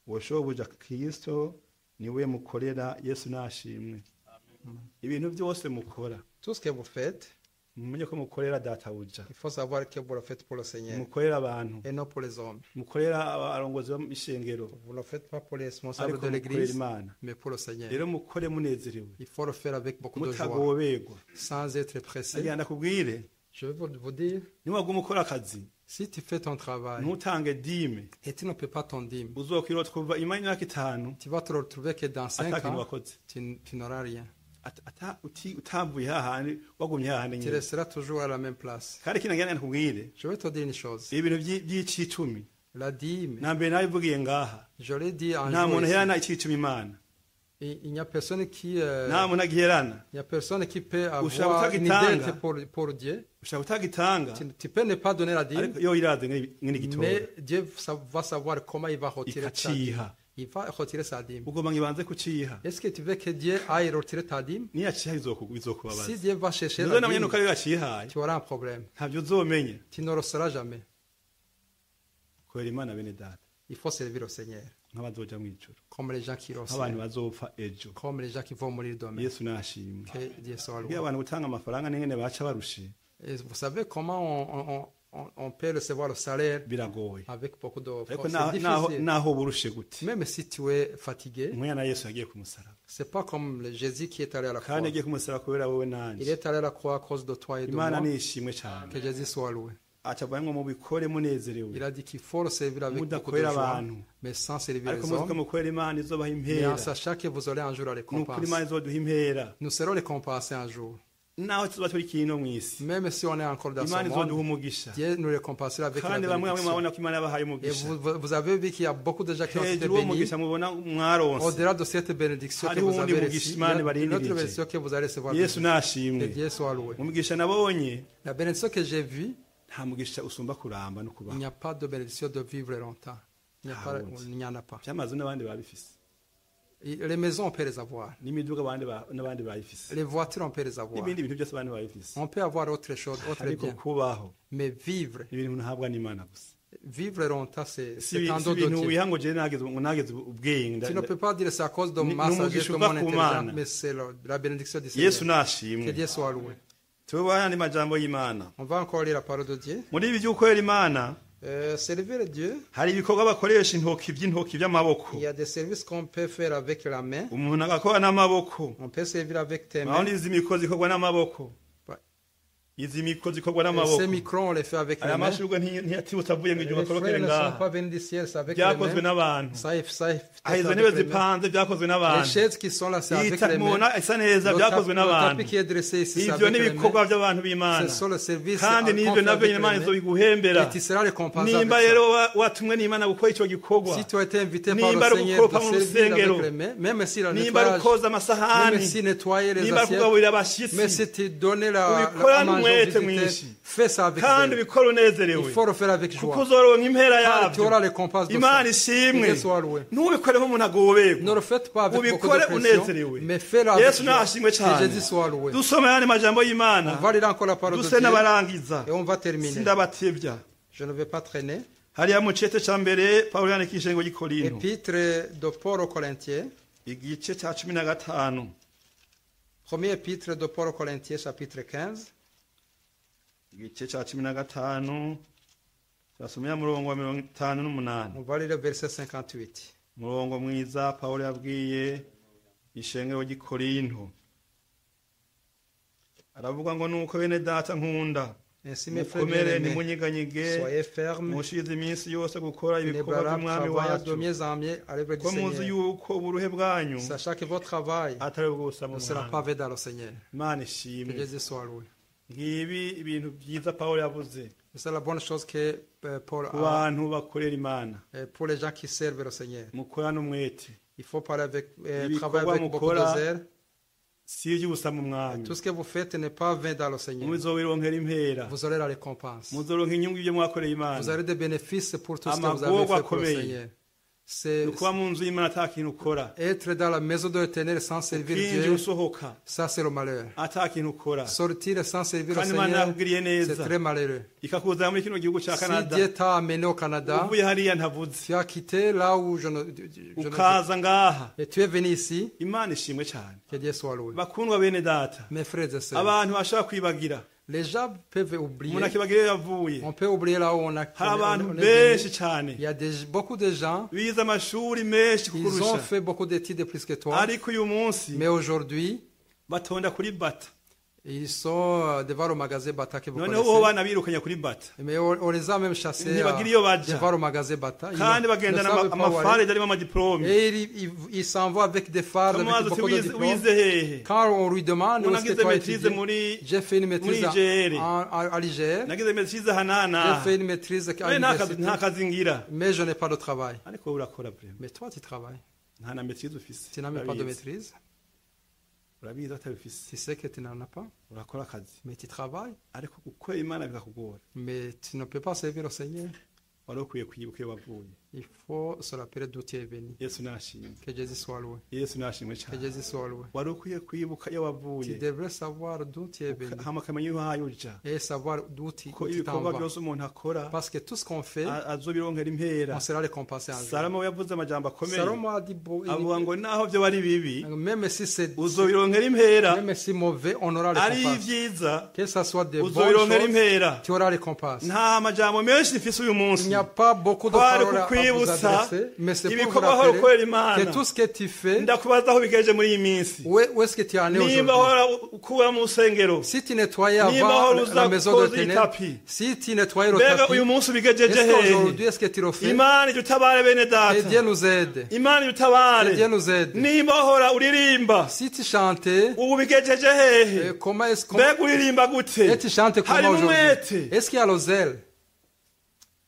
uwo shobuja kirisito niwe mukorera yesu nashimwe ibintu byose mukora
Tout ce que vous faites,
mumenye ko mukorera databuja
il faut savoir que vous le faites pour le Seigneur
mukorera abantu
et non pour les hommes.
mukorera abarongozi b'ishengero
Vous ne le faites pas pour les responsables
ariko
de
mukorera
l'Église,
imana
mais pour le Seigneur.
rero mukore munezerewe
Il faut le faire avec beaucoup de joie,
mutagoberwa
sans être pressé.
agenda kubwire
Je veux vous vous dire,
niwaguma ukora akazi
Si tu fais ton travail
ntutange dime
et tu ne peux pas ton dîme,
uzokwirirwa twumva imana y'imyaka itanu
tu vas te retrouver que dans 5
atakintu
ans,
wakoze
tu, n- tu n'auras rien.
Ata- ata- uti- utavuye hahandi wagumye hahandi
Tu
nyine
resteras toujours à la même place.
kandi kino ngana nkubwire
Je vais te dire une chose.
ibintu by'i- by'icicumi
La dîme,
na mbere nabivugiye ngaha
je l'ai dit un
nta
jour,
muntu
ici,
aherana icicumi imana
il il n'y a personne qui, euh,
nta muntu agiherana
il n'y a personne qui peut
Ushaka
avoir une
utagitanga.
dette pour, pour Dieu.
ushaka utagitanga
Tu, tu peux ne pas donner la dîme,
ariko iyo yiraze nk'iri- nk'igitoro
mais Dieu sa- va savoir comment il va retirer sa dîme.
ikaciha
Il va retirer sa dîme.
ugomba ngibanze kuciha
Est-ce que tu veux que Dieu aille retirer ta dîme
niyaciha bizoku-
Si
bizokubabaza
Dieu va chercher la
uzonamenya
dîme,
nuko ariyo yacihaye
tu auras un problème.
ntabyo uzomenya
Tu ne resteras jamais.
kubera imana bene data
Il faut servir au Seigneur,
nk'abazoja mu ijoro
comme les gens qui
nk'abantu
reçoivent,
bazopfa ejo
comme les gens qui vont mourir demain.
yesu nashimwe
Que Dieu soit
ubwiye
loué.
abantu gutanga amafaranga n'ingene baca barushe
Et vous savez comment on, on- on- on peut recevoir le salaire
biragoye
avec beaucoup de
ariko
force.
naho-
C'est
naho
difficile.
naho burushe gute
Même si tu es fatigué,
umwana yesu yagiye ku musaraba
c'est pas comme le Jésus qui est allé à la croix.
kandi yagiye ku musaraba kubera wowe
Il
nanjye
est allé à la croix à cause de toi et de
imana
moi.
ni ishimwe cyane
Que Jésus soit loué.
acavuga ngo mubikore munezerewe
Il a dit qu'il faut le servir avec beaucoup de
mudakorera
joie,
abantu
mais sans servir
ariko
les
muzi ko
hommes,
mukorera imana izobaha
mais
impera
en sachant que vous aurez un jour la
ni ukuri
récompense.
imana izoduha impera
Nous serons récompensés un jour.
naho tuzoba turi kino mu isi
Même si on est encore dans
imana
ce
izoduha
monde,
umugisha
Dieu nous récompensera avec la
kandi bamwe bamwe
bénédiction.
murabona ko imana yabahaye
Et
umugisha
vous, vous vous avez vu qu'il y a beaucoup de gens qui ont été
hejuru uwo
bénis.
Eh, mugisha mubona mwaronse
Au-delà de cette bénédiction que
Hariho
vous
uwundi
avez
mugisha
reçue, il y
Imana
a
ibarinde
une autre
igihe.
bénédiction que vous allez recevoir.
yesu
demain. Que
nashimwe
Dieu soit loué.
mu mugisha nabonye
La bénédiction que j'ai vue,
nta mugisha usumba kuramba no
il
kubaho
n'y a pas de bénédiction de vivre longtemps. Il n'y a
Ah,
pas-
oui.
il n'y en a pas.
by'amazu n'abandi babifise
Et les maisons, on peut les avoir.
n'imiduga abandi ba- n'abandi bayifise
Les voitures, on peut les avoir.
n'ibindi bintu byose abandi bayifise
On peut avoir autre chose, autre
ariko
bien.
kubaho
Mais vivre,
ni ibintu uhabwa n'imana gusa
vivre longtemps, c'est
si
c'est un
si
don de
ibintu
Dieu.
wiha ngo jene nageze ngo nageze ubwenge
Tu ne peux pas dire c'est à cause de
Ni-
ma
ni umugisha
sagesse, de
uva ku
mon
Mana.
intelligence, mais c'est la, la bénédiction du Seigneur.
yesu
Que Dieu
nashimwe
soit loué.
tuba ayandi majambo y'imana
On va encore lire la parole de Dieu.
muri ibi by'ukorera imana
Euh, servir Dieu,
hari ibikorwa bakoresha intoki by'intoki by'amaboko
il y a des services qu'on peut faire avec la main.
umuntu agakora n'amaboko
On peut servir avec tes mains.
urabona izi mikozi ikorwa n'amaboko
Ba-
izi mikozi ikorwa
Et
n'amaboko
Ces micros, on les fait avec les
aya
mains.
mashurwe ntiyatibutavuye ngo
Les
igihe bakorokere
frères ne sont
ngaha
pas venus d'ici, c'est avec les
byakozwe
mains.
n'abantu
Ça, est- ça est-
aha izo
avec
ntebe
les mains.
zipanze byakozwe
Les
n'abantu
chaises qui sont là, c'est avec
Yita-
les mains.
mubona isa neza
Le tap-
byakozwe
le
n'abantu
tapis qui est dressé ici, c'est
ibyo
avec
ni
les
ibikorwa
mains.
by'abantu b'imana
Ce sont le service
kandi
qu'on
n'ibyo
fait
nabyo
avec les
imana
mains.
izobiguhembera
Et tu seras récompensé
nimba
avec ça.
rero wa- watumwe n'imana gukora icyo gikorwa
Si tu as été invité
Ni
par le
imbaraga
Seigneur
ukora
de
mu
servir
rusengero.
avec les mains, même si le
nimba ari
nettoyage,
ukoza
même
amasahani
si nettoyer les
nimba ari
assiettes,
ukugaburira abashyitsi
Mais si tu donnais
Ubikora
la, la hommage aux
n'umwete
visiteurs,
mwinshi.
fais ça avec
kandi
zèle.
ubikora unezerewe
Il faut le faire avec
kuko
joie.
uzorowe nk'impera
Car tu
yabyo
auras les compas de
imana
ça.
ishimwe
Que Dieu soit loué.
ntubikore nk'umuntu agoberwa
Ne le faites pas avec beaucoup
ubikore
de pression,
unezerewe
mais fais-le avec
yesu
joie.
nashimwe
Que
cyane
Jésus soit loué.
dusome ayandi majambo y'imana
On va lire encore la parole de
duse
Dieu
n'abarangiza
et on va terminer.
sindabatebya
Je ne vais pas traîner.
hariya mu cete cya mbere pawulo yandikishije ngo gikorino
Épître de Paul aux Corinthiens,
igice cya cumi na gatanu
premier épître de Paul aux Corinthiens, chapitre 15,
igice cya cumi na gatanu cyasomera murongo wa mirongo itanu n'umunani
on va lire le verset 58.
umurongo mwiza pawulo yabwiye ishengero ry'ikorinto aravuga ngo nuko bene data nkunda
Ainsi, mes frères
mukomere
bien-aimés,
ntimunyiganyige
soyez fermes,
mushize iminsi yose gukora
ne
ibikorwa by'umwami
travaillez
wacu
de mieux en mieux à l'œuvre du
ko muzi
Seigneur.
yuko uburuhe bwanyu
Sachez que votre travail
atari ubwo busa mu
ne sera
muhanga
pas vain dans le Seigneur.
imana
Que
ishimwe
Jésus soit loué.
ngibi ibintu byiza pawulo yavuze
C'est la bonne chose que euh, Paul
ku
a
bantu bakorera imana
euh, pour les gens qui servent le Seigneur.
mukora n'umwete
Il faut parler avec, euh,
Il
travailler
faut
avec
voir
beaucoup de
Mukora.
zèle.
si iby'ubusa mu mwami
Tout ce que vous faites n'est pas vain dans le Seigneur.
muzobirongera impera
Vous aurez la récompense.
muzoronka inyungu y'ibyo mwakoreye
Vous
imana
aurez des bénéfices pour tout ce que
Ama
vous avez
gogo
fait pour le
akomeye.
Seigneur. C'est
ni ukuba mu nzu y'imana ata kintu ukora
être dans la maison de l'éternel sans servir
kwinjira
Dieu.
usohoka
Ça, c'est le malheur.
ata kintu ukora
Sortir sans servir le
kandi imana
Seigneur,
yabwiriye
c'est
neza
très malheureux.
ikakuzana muri kino gihugu cya
Si
kanada
Dieu t'a amené au Canada,
uvuye hariya ntavuze
tu as quitté là où je ne, je ne-
ukaza ngaha
Et tu es venu ici,
imana ishimwe cyane
que Dieu soit loué.
bakundwa bene data
Mes frères et sœurs,
abantu bashobora kwibagira
les gens peuvent
umuntu
oublier.
akibagira iyo yavuye
On peut oublier là où on a
hari
on est-
abantu
on est
benshi
venu.
cyane
Il y a des- beaucoup de gens,
bize amashuri menshi
ils ont
kukurusha
fait beaucoup d'études plus que toi,
ariko uyu munsi
mais aujourd'hui,
batonda kuri bata
Ils sont euh, devant le magasin Bata que vous
noneho uwo
connaissez.
bana birukanye kuri bata
Mais on, on les a même chassés euh,
Ntibagiriyo baja.
devant le magasin Bata. Ils
kandi
ne- ne
bagendana ama-
savent pas où aller.
amafareza arimo amadipolome
Et il, il, il s'en va avec des fards,
kamubaza
avec
uti
beaucoup de
"Wize-
diplômes.
wize hehe
Quand on lui demande
Moi,
où est-ce
nagize
que tu as
maîtrise
étudié,
muri-
j'ai fait une maîtrise
muri
à,
IGL.
en- à- à l'IGL,
nagize mesize hanana
j'ai fait une maîtrise à
nta kazi- nta
l'université,
kazi ngira
mais je n'ai pas de travail.
ariko wowe urakora brema
Mais toi, tu travailles.
nta na mesize ufise
Tu n'as même pas de
urabizi
maîtrise.
urabizi atabifise
Tu sais que tu n'en as pas,
urakora akazi
mais tu travailles.
ariko gukorera imana bikakugora
Mais tu ne peux pas servir au Seigneur.
wari ukwiye kwibuka iyo wavuye
Il faut se rappeler d'où tu es venu.
yesu nashimwe
Que Jésus soit loué.
yesu nashimwe
Que
cyane
Jésus soit loué.
wari ukwiye kwibuka iyo
Tu
wavuye
devrais savoir d'où tu es venu
hama ukamenya iwayo uja
et savoir d'où tu
ko
où tu t'en
ibikorwa
vas.
byose umuntu akora
Parce que tout ce qu'on fait,
a- azobirongera impera
on sera récompensé en jour.
salomo yavuze amajambo akomeye
Salomo a dit beau- il-
avuga ngo naho byo bari bibi
même si c'est
uzobirongera impera
même si mauvais, on aura
ari
récompense.
ibyiza
Que ça soit des bonnes
uzobirongera
choses,
impera
tu auras récompense.
nta majambo menshi dufise uyu
Il
munsi
n'y a pas beaucoup de
Kwari
paroles à vous
kukwibutsa
adresser, mais c'est pour vous
ibikorwa aho ukorera
rappeler
Imana.
que tout ce que tu fais,
ndakubaza aho bigejeje muri iyi minsi
où est- où est-ce que tu en es
nimba
aujourd'hui
uhora ukura mu rusengero
Si tu nettoyais
Nimba
avant
uruza
la maison de
koza
ténèbres,
itapi.
si tu nettoyais le
mbega uyu
tapis,
munsi ubigejeje
est-ce qu'aujourd'hui,
hehe
est-ce que tu le fais
imana ijya utabare bene
Et Dieu
data
nous aide.
imana ijya
Et Dieu
utabare
nous aide.
nimba uhora uririmba
Si tu chantais,
ubu ubigejeje hehe
euh, comment est-ce qu'on...
mbega uririmba
Et
gute
tu chantes comment
harimo
aujourd'hui
umwete
Est-ce qu'il y a le zèle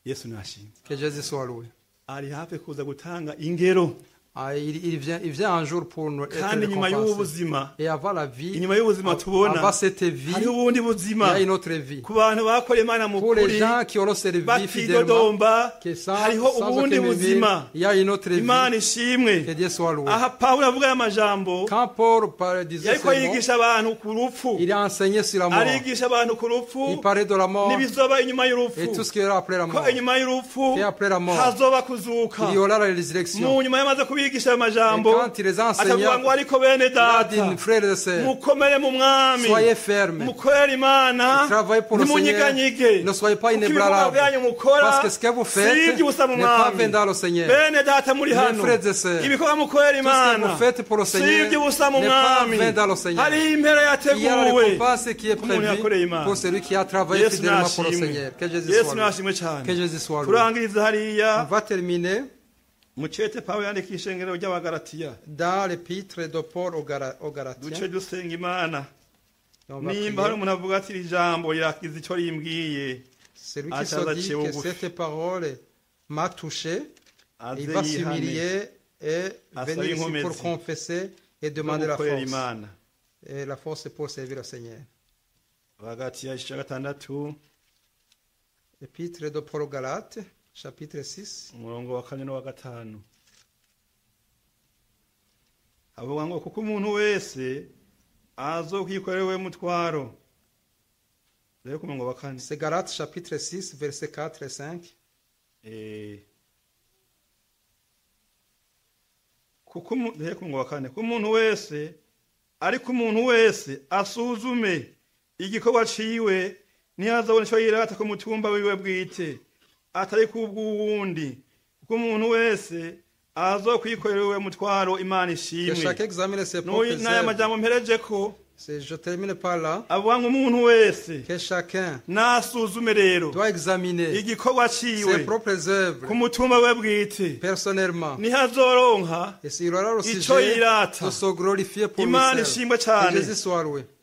yesu nashimwe
Que Jésus soit loué.
ari hafi kuza gutanga ingero
Ah, il, il vient, il vient un jour pour nous être
kandi nyuma y'ubu
récompensé.
buzima
Et avant la vie,
inyuma y'ubuzima
avant
tubona
cette vie,
hariho ubundi
il y
buzima
a une autre vie.
ku bantu bakora imana mu
Pour les
kuri
gens qui auront servi fidèlement,
batidodomba
que sans,
hariho
sans
ubundi
aucun mépris,
buzima
il y a une autre vie.
imana
Que
ishimwe
Dieu soit loué.
aha pawulo avuga aya majambo
Quand Paul parlait- disait
yariko
ces mots,
yigisha abantu ku rupfu
il a enseigné sur la mort.
arigisha abantu ku rupfu
Il parlait de la mort
n'ibizoba inyuma
et tout
y'urupfu
ce qu'il y aura après la
ko
mort.
inyuma y'urupfu
Et après la mort.
hazoba kuzuka
Il y aura la
mu
résurrection.
nyuma yamaze kubigisha ayo majambo
Et quand il les a enseignés,
atavuga ngo ariko bene
Il a
data
dit, frères et sœurs,
mukomere mu mwami
soyez fermes.
mukorere imana
Travaillez pour le
ntimunyiganyige
Seigneur. Ne soyez pas
kuko ibikorwa
inébranlables.
byanyu mukora
Parce que ce que vous faites
si ibyo ubusa mu
n'est pas
mwami
vain dans le Seigneur.
bene data muri
Mes
hano
frères et sœurs,
ibikorwa mukorera
tout ce que
imana
vous faites pour le
si
Seigneur
ibyo ubusa mu
n'est pas
mwami
vain dans le Seigneur.
hariho impera
Il y a la
yateguwe
récompense qui est
Pour mon yakoreye
prévue
Imana.
pour celui qui a travaillé
yesu
fidèlement pour le Seigneur. Que Jésus
Yesu
soit loué.
nashimwe cyane
Que Jésus soit loué.
turangiriza
On
hariya
va terminer
mucete pawe yandika ishengero ry'abagaratiya
dans l'épître de Paul aux Gara- aux Galatiens.
duce dusenga imana
On va
nimba hari
prier.
umuntu avuga ati iri jambo rirakiza icyo rimbwiye
Celui
Ah,
qui
ça va
se dit
chez vous,
que
vous.
cette parole m'a touché, il
aze
va
yihane
s'humilier et
Ah, ça y est,
venir
mon
ici pour
médecin.
confesser et
no
demander la
gukorera
force.
imana
Et la force pour servir le Seigneur.
abagaratiya igice cya gatandatu
Épître de Paul aux Galates, chapitre 6.
umurongo wa kane n'uwa gatanu avuga ngo kuko umuntu wese azo kwikorera we mutwaro rero ku murongo wa kane
C'est Galates, chapitre 6, versets 4 et 5.
Eh. kuko umu- rero ku murongo wa kane ko umuntu wese ariko umuntu wese asuzume igikorwa ciwe ntihazabone ico yirata ku mutumba wiwe bwite atari kubw'uwundi kuko umuntu wese azokwikorera uwe mutwaro imana
Que chaque
ishimwe
examine ses propres
N'uyu- n'aya
œuvres.
majambo mperejeko
C'est- Je termine par là.
avuga ngo umuntu wese
Que chacun
nasuzume rero
doit examiner
igikorwa
ses
ciwe
propres
ku
œuvres
mutumba we bwite
personnellement.
nihazoronka
Et s'il aura le
Ico
sujet
yirata.
de se glorifier pour lui
Imana
seul.
ishimwe
Que
cyane
Jésus soit loué.